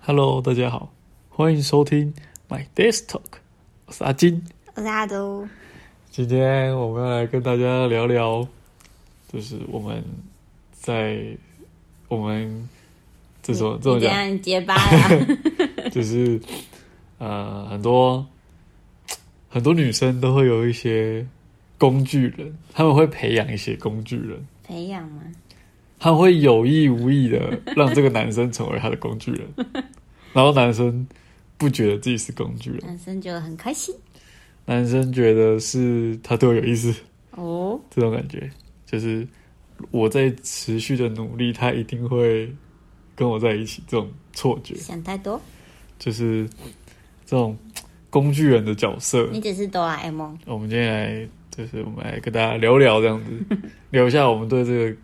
Hello，大家好，欢迎收听 My Desk Talk，我是阿金。我是阿都，今天我们要来跟大家聊聊，就是我们在我们这种这种你这讲，样结巴呀？ 就是呃，很多很多女生都会有一些工具人，他们会培养一些工具人，培养吗？他们会有意无意的让这个男生成为他的工具 人，然后男生不觉得自己是工具人，男生就很开心男生觉得是他对我有意思， 哦，这种感觉，就是我在持续的努力，他一定会跟我在一起，这种错觉，想太多，就是这种工具人的角色。你只是哆啦 A 梦。我们今天来，就是我们来跟大家聊聊这样子，聊一下我们对这个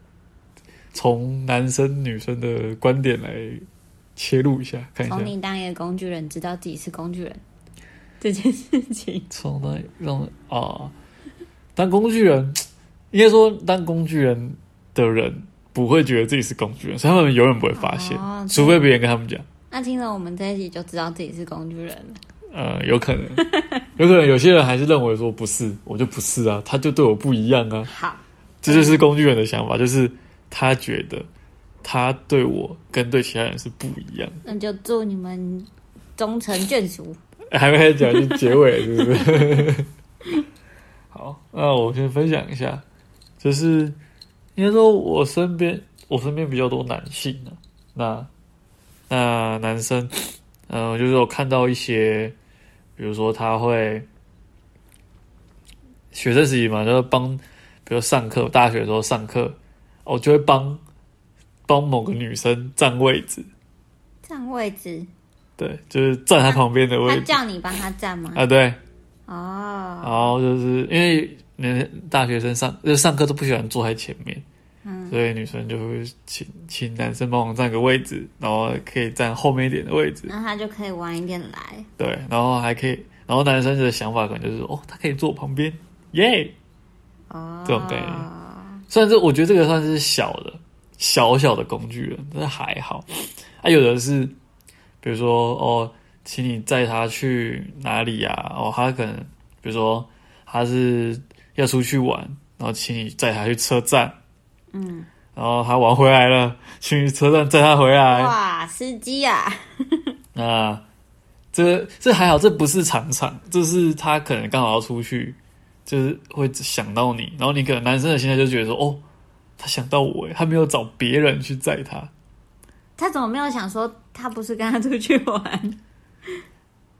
从男生女生的观点来切入一下，看一下从。你当一个工具人，知道自己是工具人这件事情，从那让啊，当工具人，应该说当工具人的人不会觉得自己是工具人，所以他们永远不会发现，哦除非别人跟他们讲。那听了我们这一集就知道自己是工具人了。呃，有可能，有可能有些人还是认为说不是，我就不是啊，他就对我不一样啊，好，这就是工具人的想法，就是他觉得他对我跟对其他人是不一样。那就祝你们终成眷属。还没开始讲就结尾，是不是？ 好，那我先分享一下，就是应该说我身边我身边比较多男性啊，那那男生，呃，就是有看到一些，比如说他会学生时期嘛，就是帮，比如上课，大学的时候上课，我就会帮帮某个女生占位置，占位置，对，就是站她旁边的位他置叫你帮他占吗？啊，对。哦，然后就是因为那大学生上就上课都不喜欢坐在前面，嗯，所以女生就会请请男生帮忙占个位置，然后可以占后面一点的位置，那他就可以晚一点来。对，然后还可以，然后男生的想法可能就是哦，他可以坐我旁边，耶！哦，这种概念虽然这我觉得这个算是小的小小的工具人，但是还好。啊，有的是，比如说哦，请你载他去哪里呀、哦，他可能比如说他是要出去玩，然后请你载他去车站，嗯，然后他玩回来了，去车站载他回来。哇，司机啊，那啊这这还好，这不是常常，这是他可能刚好要出去，就是会想到你，然后你可能男生的心态就觉得说，哦，他想到我耶，他没有找别人去载他。他怎么没有想说他不是跟他出去玩？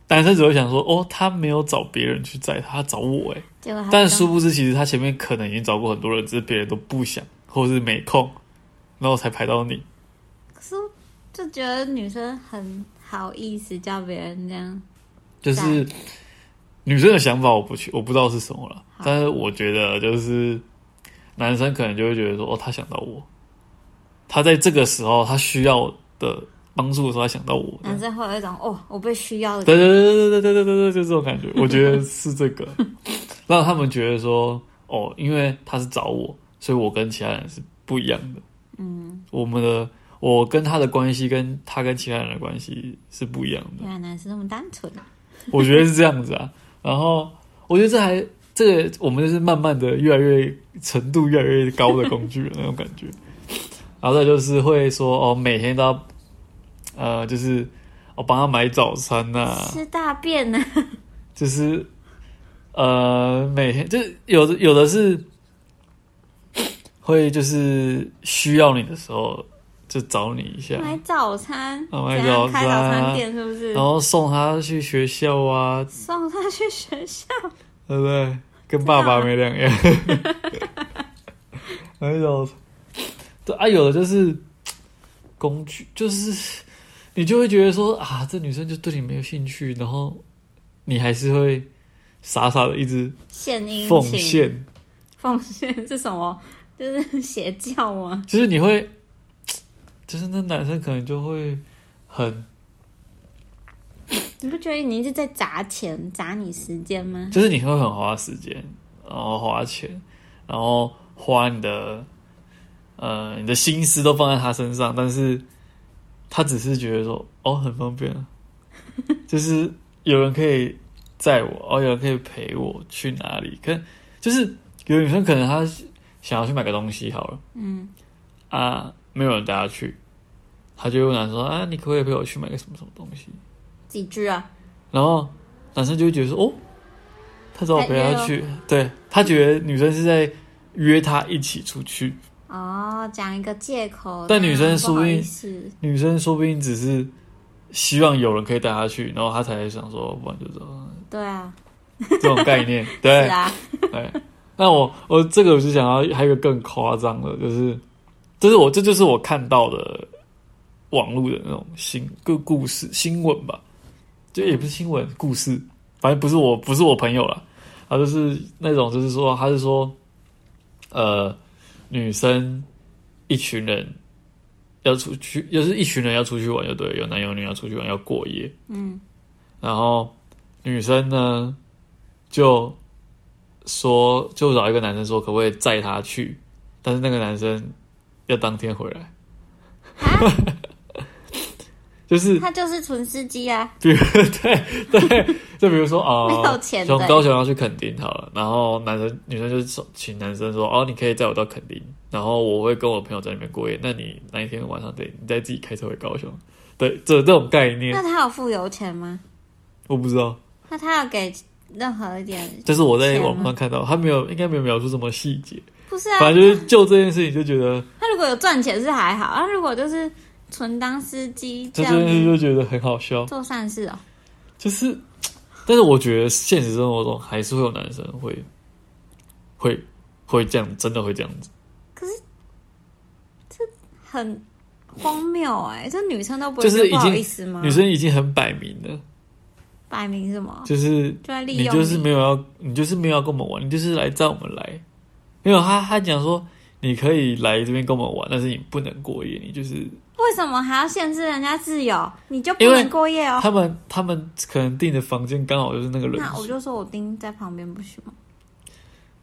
男生只会想说，哦，他没有找别人去载他，他找我哎。结果他但就殊不知，其实他前面可能已经找过很多人，只是别人都不想，或者是没空，然后才排到你。可是就觉得女生很好意思叫别人这样，就是女生的想法，我不去，我不知道是什么了。好但是我觉得，就是男生可能就会觉得说，哦，他想到我，他在这个时候他需要的帮助的时候，他想到我。男生会有一种哦我被需要的对感对对对对对对对对，就这种感觉，我觉得是这个，让他们觉得说，哦，因为他是找我，所以我跟其他人是不一样的。嗯，我们的我跟他的关系，跟他跟其他人的关系是不一样觉。的。原来男生那么单纯啊！ 我觉得是这样子啊。然后我觉得这还这个我们就是慢慢的越来越程度越来越高的工具人那种感觉。 然后再就是会说哦，每天都要呃，就是我帮他买早餐呐、吃大便呢、就是呃，每天就是有的有的是会就是需要你的时候就找你一下，买早餐，啊买怎样早餐开早餐店是不是然？后送他去学校啊，送他去学校，对不对？跟爸爸没两样。还有，对啊，有的就是工具，就是你就会觉得说啊，这女生就对你没有兴趣，然后你还是会傻傻的一直献殷奉勤，献，奉献是什么？就是邪教吗？就是你会，就是那男生可能就会很，你不觉得你一直在砸钱、砸你时间吗？就是你会很花时间，然后花钱，然后花你的呃你的心思都放在他身上，但是他只是觉得说，哦，很方便啊，就是有人可以载我，哦，有人可以陪我去哪里，可就是有女生可能她想要去买个东西好了嗯，啊，没有人带她去，她就问男生说，啊，你可不可以陪我去买个什么什么东西？几句啊？然后男生就会觉得说，哦，他找我陪他去，对他觉得女生是在约他一起出去，哦，讲一个借口，但女生说不不好定意思，女生说不定只是希望有人可以带她去，然后她才想说，不然就这种对啊，这种概 念，是对啊，对。那我我这个我是想要还有一个更夸张的，就是这是我这就是我看到的网络的那种新故故事新闻吧，就也不是新闻故事，反正不是我不是我朋友啦，他就是那种就是说他是说，呃，女生一群人要出去，就是一群人要出去玩，就对了，有男有女要出去玩，要过夜，嗯，然后女生呢就说就找一个男生说可不可以载她去，但是那个男生要当天回来， 就是他就是纯司机啊，比如对对，就比如说没有哦，钱的从高雄要去垦丁好了，然后男生女生就是说请男生说哦，你可以载我到垦丁，然后我会跟我朋友在那边过夜，那你那一天晚上得你再自己开车回高雄，对，这这种概念那他有付油钱吗？我不知道。那他有给任何一点？这是我在钱吗网上看到，他没有，应该没有描述什么细节，不是啊， 反正就是就这件事情就觉得，他如果有赚钱是还好，他如果就是纯当司机这就这样件事子就觉得很好笑，做善事哦，就是，但是我觉得现实生活中还是会有男生会，会会这样，真的会这样子，很荒谬哎、这女生都不会就是觉得已不好经意思吗？女生已经很摆明了，摆明什么，就是就哦在利用你就是没有要，你就是没有要跟我们玩，你就是来载我们来，没有他他讲说你可以来这边跟我们玩，但是你不能过夜，你就是为什么还要限制人家自由？你就不因为能过夜哦？他们他们可能订的房间刚好就是那个人那数我就说我盯在旁边不行吗？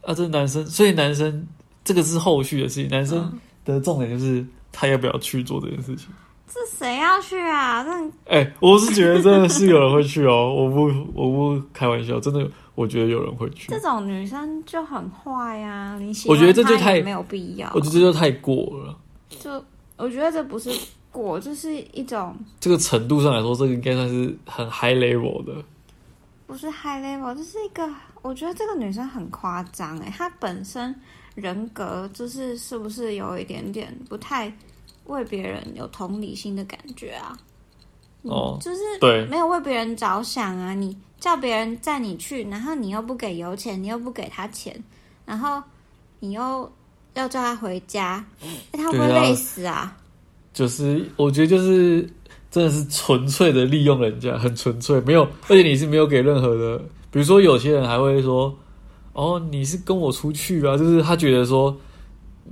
啊，这男生，所以男生这个是后续的事情，男生的重点就是他要不要去做这件事情。这谁要去啊？这很哎、我是觉得真的是有人会去哦，我不我不开玩笑，真的，我觉得有人会去这，种女生就很坏呀、啊！你喜我欢觉得这就她太也没有必要，我觉得这就太过了。就我觉得这不是过，就是一种这个程度上来说，这个应该算是很 high level 的，不是 high level，这是一个，我觉得这个女生很夸张哎，她本身人格就是是不是有一点点不太为别人有同理心的感觉啊？嗯哦就是对没有为别人着想啊！你叫别人载你去，然后你又不给油钱，你又不给他钱，然后你又要叫他回家，哎他会不会对啊累死啊？就是我觉得就是真的是纯粹的利用人家，很纯粹，没有，而且你是没有给任何的，比如说有些人还会说，哦，你是跟我出去啊，就是他觉得说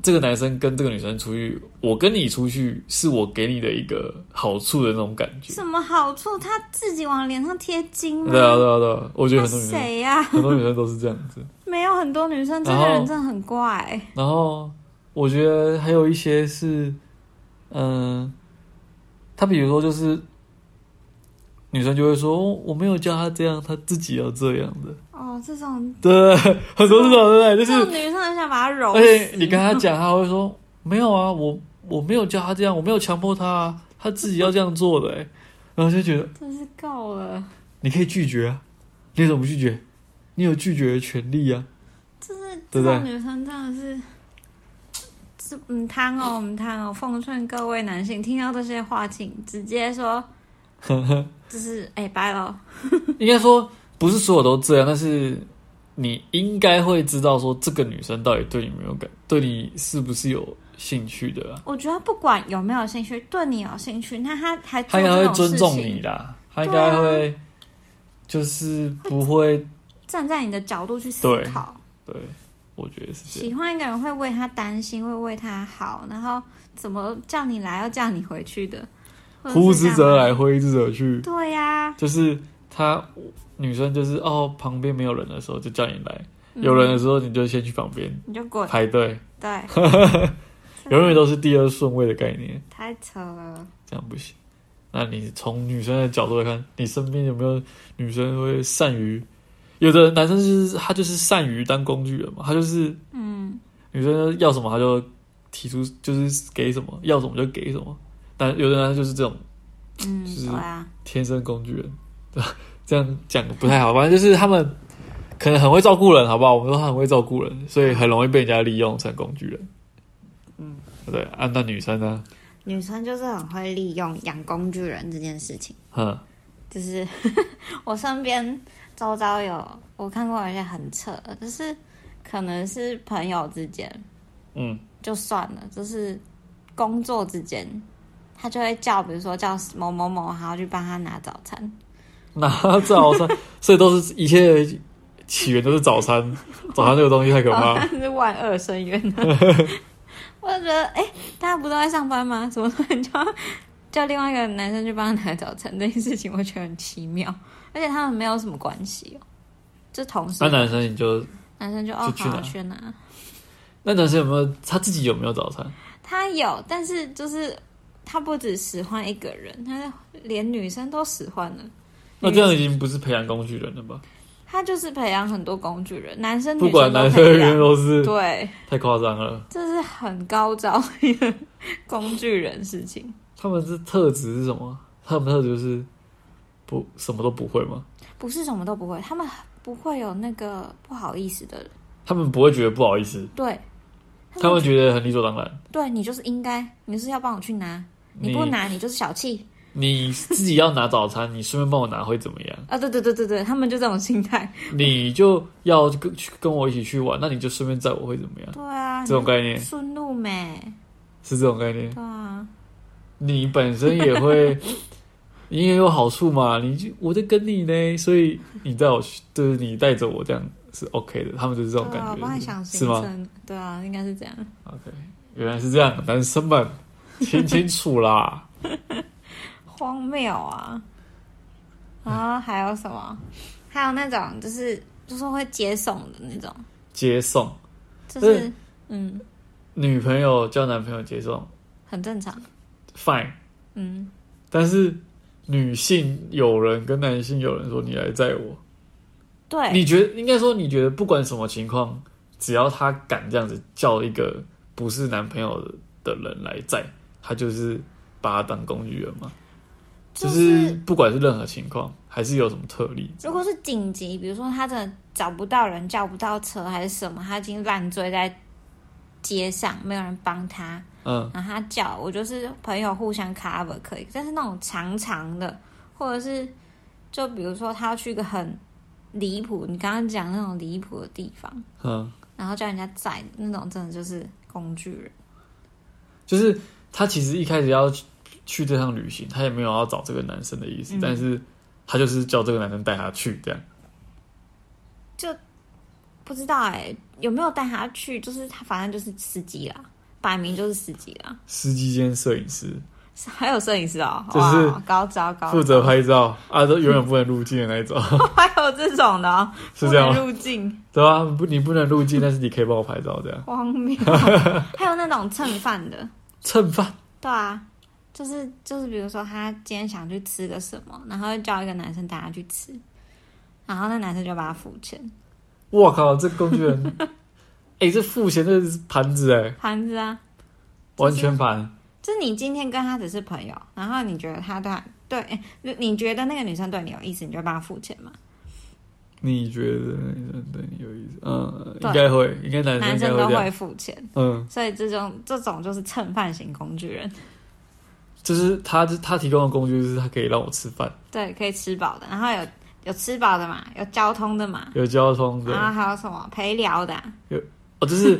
这个男生跟这个女生出去，我跟你出去是我给你的一个好处的那种感觉。什么好处？他自己往脸上贴金吗？啊对啊，对啊，对啊，我觉得他很多女生，谁呀、很多女生都是这样子。没有很多女生，这然个后人真的很怪。然后我觉得还有一些是，嗯、他比如说就是女生就会说，哦我没有叫他这样，他自己要这样的，哦，这种对，很多这种对不对？就这种是，女生很想把他揉而且你死。跟他讲，他会说没有啊，我我没有叫他这样，我没有强迫他啊，他自己要这样做的、欸，然后就觉得真是够了，你可以拒绝啊，你怎么不拒绝？你有拒绝的权利啊，就是对这不对种女生真的是，这嗯汤哦，嗯汤哦，奉劝各位男性听到这些话，请直 接说，就是哎拜了，应该说不是所有都这样，但是你应该会知道说这个女生到底对你有没有感，对你是不是有兴趣的、啊，我觉得不管有没有兴趣，对你有兴趣，那他还她做应该这会种尊事重情你啦，她应该会就是不会站在你的角度去思对考。对，我觉得是这样。喜欢一个人会为他担心，会为他好，然后怎么叫你来又叫你回去的，或呼是之干则嘛来，挥之则去，对呀、就是她女生就是哦，旁边没有人的时候就叫你来，嗯有人的时候你就先去旁边你就滚，排队， 对，永远都是第二顺位的概念，太扯了。这样不行。那你从女生的角度来看，你身边有没有女生会善于？有的男生就是他就是善于当工具人嘛，他就是嗯，女生要什么他就提出，就是给什么，要什么就给什么。但有的男生就是这种嗯，就是对啊，天生工具人， 对吧？这样讲不太好，反正就是他们可能很会照顾人，好不好？我们说他很会照顾人，所以很容易被人家利用成工具人。嗯，对。啊，那女生呢？女生就是很会利用养工具人这件事情。嗯，就是我身边周遭有我看过有一些很扯的，就是可能是朋友之间嗯，就算了，就是工作之间，他就会叫，比如说叫某某某，然后去帮他拿早餐。 那早餐，所以都是一切起源都是早餐， 早餐这个东西太可怕早了。餐哦是万恶深渊、啊 我就觉得，哎、大家不都在上班吗？怎么突然就要叫另外一个男生去帮他拿早餐？这件事情我觉得很奇妙，而且他们没有什么关系哦，就同事那。男生你就，男生就哦，就去好拿好去拿。那男生有没有他自己有没有早餐？他有，但是就是他不只使唤一个人，他连女生都使唤了。那这样已经不是培养工具人了吧？他就是培养很多工具人，男生不管男女生生都培女生养。都是对，太夸张了。这是很高招的一个工具人事情。他们是特质是什么？他们特质就是不什么都不会吗？不是什么都不会，他们不会有那个不好意思的人。他们不会觉得不好意思，对，他们觉得很理所当然。对你就是应该，你就是要帮我去拿，你你不拿你就是小气你自己要拿早餐，你顺便帮我拿会怎么样？啊！对对对对对，他们就这种 心态。你就要跟去跟我一起去玩，那你就顺便载我会怎么样？对啊，这种概念顺路美，是这种概念。对啊。你本身也会，你也有好处嘛。你就我在跟你呢，所以你带我去，就是你带着我这样是 OK 的。他们就是这种对感啊，我帮觉，你想是行吗？程，对啊，应该是这样。 OK，原来是这样，男生 们听清楚啦。荒 谬啊！然后还有什么？还有那种就是就是会接送的那种，接送就是嗯，女朋友叫男朋友接送很正常。 ，fine。嗯，但是女性友人跟男性友人说你来载我，对你觉得应该说你觉得不管什么情况，只要他敢这样子叫一个不是男朋友的人来载，他就是把他当工具人嘛。就就是是不管是任何情况，还是有什么特例，如果是紧急，比如说他真的找不到人、叫不到车还是什么，他已经烂醉在街上，没有人帮他，嗯，然后他叫我就是朋友互相 cover 可以，但是那种长长的，或者是就比如说他要去一个很离谱，你刚刚讲那种离谱的地方，嗯，然后叫人家载那种，真的就是工具人。就是他其实一开始要去去这趟旅行，他也没有要找这个男生的意思，嗯但是他就是叫这个男生带他去，这样不知道哎、有没有带他去？就是他反正就是司机啦，摆明就是司机啦，司机兼摄影师是还有摄影师哦、就哇，是高招高招，负责拍照啊，都永远不能入境的那一种， 还有这种的、哦，是这样不吗？能入境，对吧？不，你不能入境，但是你可以帮我拍照，这样荒谬， 还有那种蹭饭的。蹭饭对啊，就是就是，比如说他今天想去吃个什么，然后就叫一个男生带他去吃，然后那男生就帮他付钱，我靠，这工具人， 哎、这付钱这是盘子哎、盘子啊，完全盘，就是你今天跟他只是朋友，然后你觉得他对他对，哎你你觉得那个女生对你有意思，你就帮他付钱嘛，你觉得男生对你有意思？嗯，对应该会，应该男生男应该生会都这样，会付钱，嗯。所以这种这种就是蹭饭型工具人，就是他他提供的工具就是他可以让我吃饭，对，可以吃饱的，然后有有吃饱的嘛，有交通的嘛，有交通的然后啊还有什么陪聊的啊、哦，就是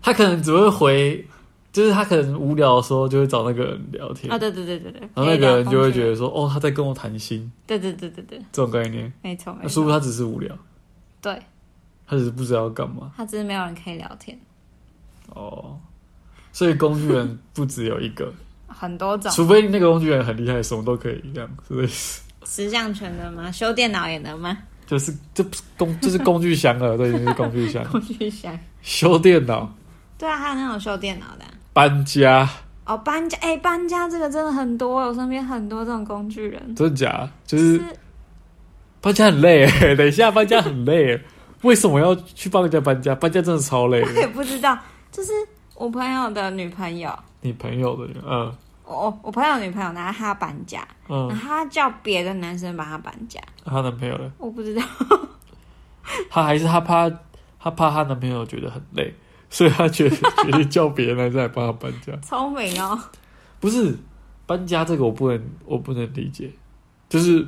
他可能只会回，就是他可能无聊的时候就会找那个人聊天，啊，对对对对对，然后那个人就会觉得，得说哦他在跟我谈心对对对对对，这种概念，没错没那错，殊不知他只是无聊，对。他只是不知道要干嘛他只是没有人可以聊天，哦，所以工具人不只有一个，很多种除非那个工具人很厉害，什么都可以这样，是不是？十项全能吗？修电脑也能 吗？就是这不是工，这是工具箱了，这已经是工具箱，工具箱。修电脑、对啊，还有那种修电脑的啊、搬家、哦，搬家，哎、搬家这个真的很多，我身边很多这种工具人，真的假？就是搬家很累、欸，等一下搬家很累、欸，为什么要去帮人家搬家？搬家真的超累的。我也不知道，就是我朋友的女朋友，你朋友的，嗯我哦我我朋友的女朋友，然后她搬家，然嗯，后她叫别的男生帮她搬家，她男朋友呢？我不知道， 她还是她怕她怕她男朋友觉得很累，所以她决决定叫别人来再来帮她搬家。聪明哦，不是搬家这个我不能我不能理解，就是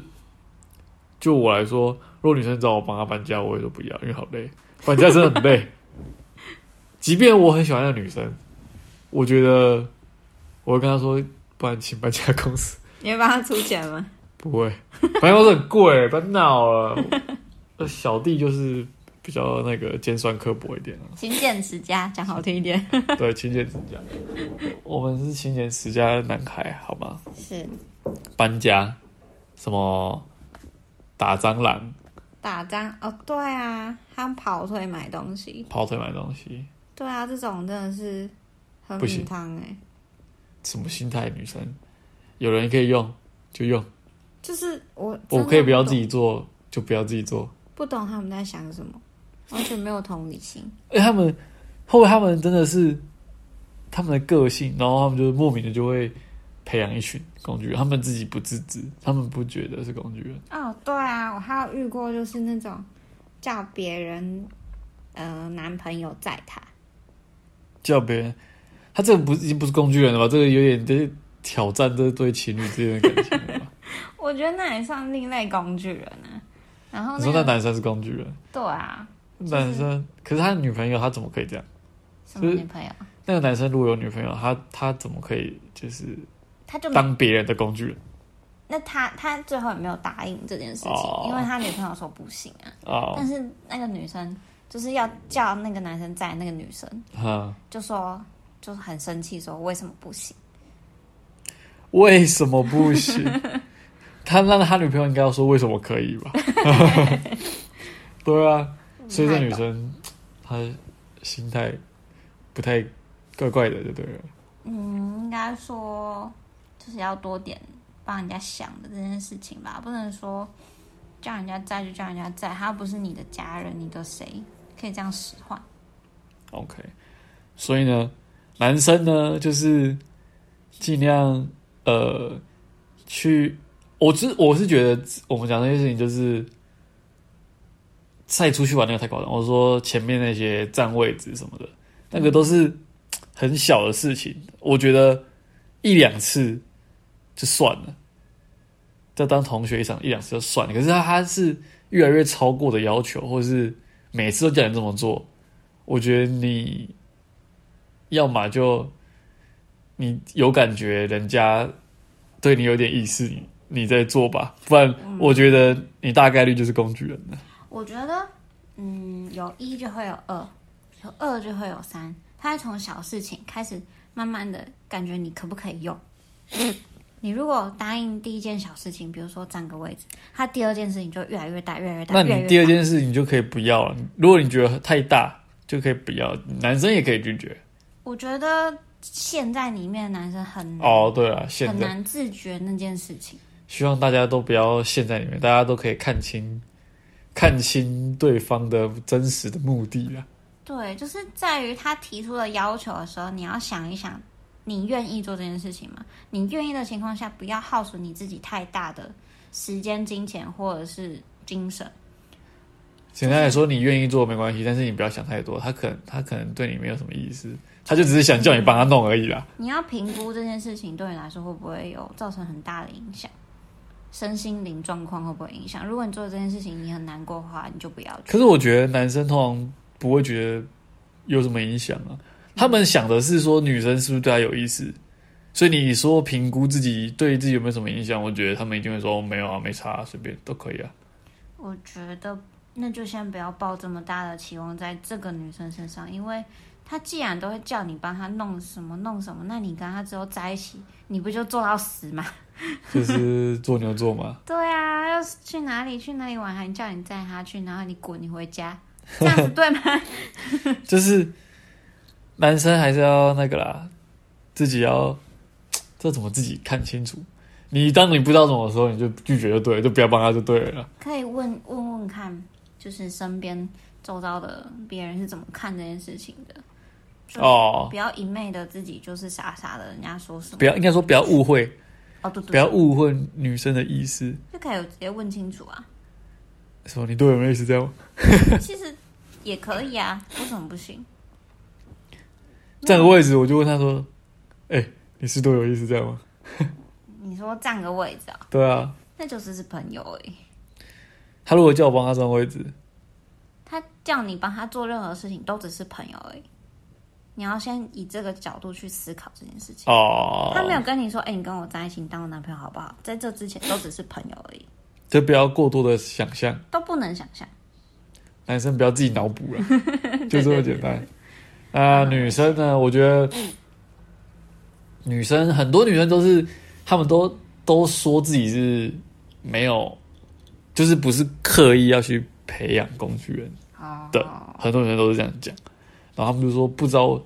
就我来说，如果女生找我帮她搬家，我会说不要，因为好累，搬家真的很累。即便我很喜欢那个女生，我觉得我会跟她说，不然请搬家公司。你会帮她出钱吗？不会，搬家公司很贵，不要闹了。那小弟就是比较那个尖酸刻薄一点啊，勤俭持家， 讲好听一点，对，勤俭持家。我们是勤俭持家的男孩，好吗？是搬家，什么打蟑螂、打仗哦，对啊，他们跑腿买东西，跑腿买东西，对啊，这种真的是很不行很汤哎、什么心态？女生有人可以用就用，就是我我真的可以不要自懂己做就不要自己做。不懂他们在想什么，完全没有同理心。哎、他们后来他们真的是他们的个性，然后他们就是莫名的就会培养一群工具人，他们自己不自知，他们不觉得是工具人。哦，对啊，我还有遇过就是那种叫别人呃男朋友载她，叫别人，他这个不已经不是工具人了吧？这个有点就是挑战这对情侣之间的感 哦情了吧。我觉得那也算另类工具人啊。然后你那说那个男生是工具人？对啊，男生，可是他女朋友，他怎么可以这样？什么就是女朋友，那个男生如果有女朋友，他他怎么可以就是他就没当别人的工具人那他他最后也没有答应这件事情，哦因为他女朋友说不行啊。啊？但是那个女生就是要叫那个男生载那个女生，哈，就说就是很生气，说为什么不行？为什么不行？ 他那他女朋友应该要说为什么可以 吧？对啊，所以这女生她心态不太怪怪的，就对了。嗯，应该说就是要多点帮人家想的这件事情吧，不能说叫人家在就叫人家在，他不是你的家人，你的谁可以这样使唤？ OK，所以呢，男生呢就是尽量呃去，我是我是觉得我们讲这些事情就是晒出去玩那个太夸张。我说前面那些占位置什么的，那个都是很小的事情，我觉得一两次就算了。再当同学一场一两次就算了，可是他他是越来越超过的要求，或是每次都叫你这么做，我觉得你要么就你有感觉人家对你有点意思，你你再做吧，不然嗯我觉得你大概率就是工具人啊了。我觉得，嗯，有一就会有二，有二就会有三，他会从小事情开始，慢慢的感觉你可不可以用。 你如果答应第一件小事情，比如说占个位置，他第二件事情就越来越大，越来越大，那越来你越第二大件事情就可以不要了，如果你觉得太大就可以不要，男生也可以拒绝。我觉得现在里面的男生很难哦，对了，现嗯很在难自觉那件事情。希望大家都不要陷在里面，大家都可以看清看清对方的真实的目的了。对，就是在于他提出的要求的时候，你要想一想，你愿意做这件事情吗？你愿意的情况下，不要耗损你自己太大的时间、金钱或者是精神。简单来说，你愿意做没关系，但是你不要想太多。他可能他可能对你没有什么意思，他就只是想叫你帮他弄而已啦。你要评估这件事情对你来说会不会有造成很大的影响，身心灵状况会不会影响？如果你做这件事情你很难过的话，你就不要去。可是我觉得男生通常不会觉得有什么影响啊，他们想的是说女生是不是对他有意思，所以你说评估自己对自己有没有什么影响，我觉得他们一定会说、哦没有啊，没差、啊，随便都可以啊。我觉得那就先不要抱这么大的期望在这个女生身上，因为她既然都会叫你帮她弄什么弄什么，那你跟她之后在一起，你不就做到死吗？ 就是做牛做马，对啊，要是去哪里去哪里玩，还叫你载她去，然后你滚，你回家，这样子对吗？就是男生还是要那个啦，自己要这怎么自己看清楚。你当你不知道怎么说，你就拒绝就对了，就不要帮他就对了啦。 可以问问问看，就是身边周遭的别人是怎么看这件事情的，就哦不要一昧的自己就是傻傻的，人家说什么不要应该说不要误会，哦，对对，不要误会女生的意思。就可以直接问清楚啊，什么？你对我们意思这样吗？其实也可以啊，为什么不行？站个位置，我就问他说：“哎、你是对我意思这样吗你说占个位置啊，？”对啊，那就只是朋友而已。他如果叫我帮他站位置，他叫你帮他做任何事情，都只是朋友而已。你要先以这个角度去思考这件事情。哦，他没有跟你说：“哎、你跟我在一起，你当我男朋友好不好？”在这之前都只是朋友而已，就不要过多的想象，都不能想象。男生不要自己脑补了，就这么简单。那、女生呢？我觉得女生很多女生都是，她们都都说自己是没有，就是不是刻意要去培养工具人。哦的，很多人都是这样讲。然后他们就说不知道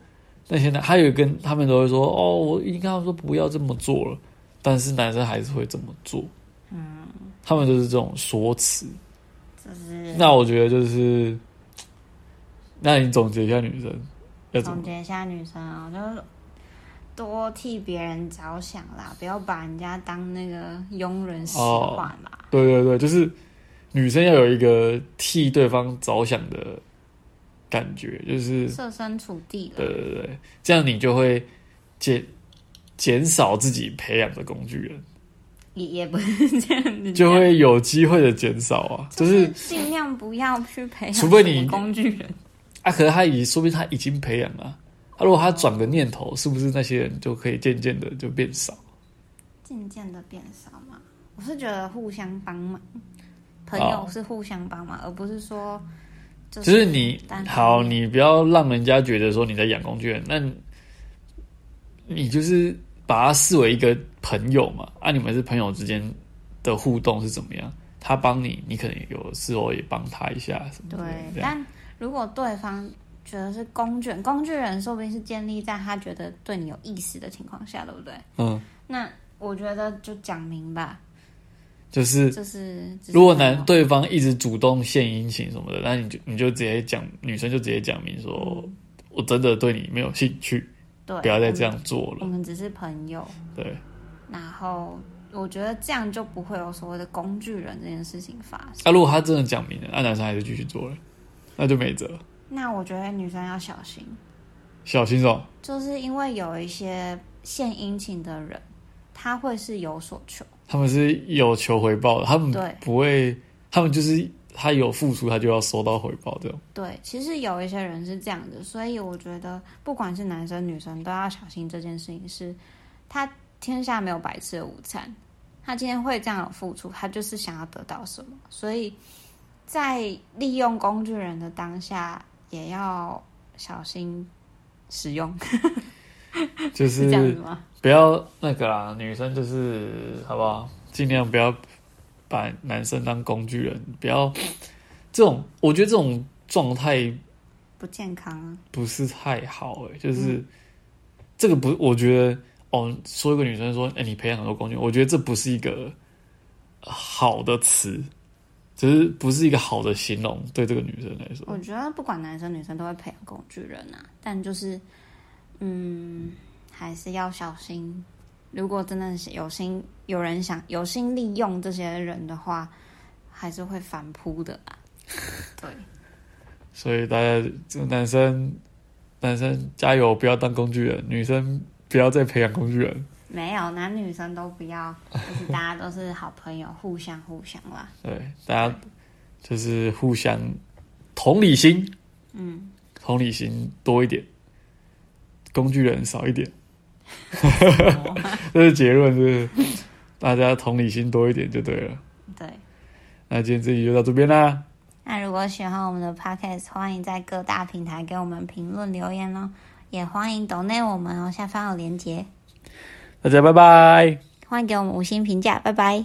那些男，还有跟他们都会说哦，我已经跟他们说不要这么做了，但是男生还是会这么做。嗯，他们就是这种说辞。就是那我觉得就是，那你总结一下女生要怎么总？结一下女生啊、就是多替别人着想啦，不要把人家当那个佣人使哦唤啦。对对对，就是女生要有一个替对方着想的感觉，就是设身处地对了，对对，对这样你就会减减少自己培养的工具人。也也不是这样子，就会有机会的减少啊。就就是是尽量不要去培养，除非你工具人。啊，可是他已说不定他已经培养了，他如果他转个念头，是不是那些人就可以渐渐的就变少？渐渐的变少嘛。我是觉得互相帮忙，朋友哦是互相帮忙，而不是说就就是你单方好，面你不要让人家觉得说你在养工具人，那你你就是把他视为一个朋友嘛。啊，你们是朋友之间的互动是怎么样？他帮你，你可能有时候也帮他一下什么之对类的。。这样但如果对方觉得是工具人，工具人说不定是建立在他觉得对你有意思的情况下，对不对？嗯，那我觉得就讲明吧，就是就是只是如果朋友男对方一直主动献殷勤什么的，那你就你就直接讲，女生就直接讲明说，我真的对你没有兴趣，嗯对不要再这，样做我们我了。们只是朋友，对，然后。我觉得这样就不会有所谓的工具人这件事情发生。啊那、如果他真的讲明了，那、男生还是继续做了，那就没辙，那我觉得女生要小心，小心哦。就是因为有一些献殷勤的人，他会是有所求，他们是有求回报的，他们对不会，他们就是他有付出，他就要收到回报 这种。对，其实有一些人是这样的，所以我觉得不管是男生女生都要小心这件事情是，他天下没有白吃的午餐，他今天会这样有付出，他就是想要得到什么，所以在利用工具人的当下，也要小心使用，就是这样子吗？不要那个啦，女生就是好不好？尽量不要把男生当工具人，不要这种，我觉得这种状态不健康啊，不是太好、欸，就是、嗯这个不，我觉得哦，说一个女生说，哎、你培养很多工具人，我觉得这不是一个好的词，只是不是一个好的形容，对这个女生来说，我觉得不管男生女生都会培养工具人啊，但就是，嗯，还是要小心。如果真的是有心有人想有心利用这些人的话，还是会反扑的啦。对，所以大家这男生男生加油，不要当工具人，女生不要再培养工具人。没有男女生都不要，就是大家都是好朋友，互相互相啦。对，大家就是互相同理心，嗯，同理心多一点，工具人少一点， 这是结论，就是大家同理心多一点就对了。对，那今天这集就到这边啦，那如果喜欢我们的 podcast，欢迎在各大平台给我们评论留言哦，也欢迎 donate 我们哦，下方有连结，大家拜拜。欢迎给我们五星评价，拜拜。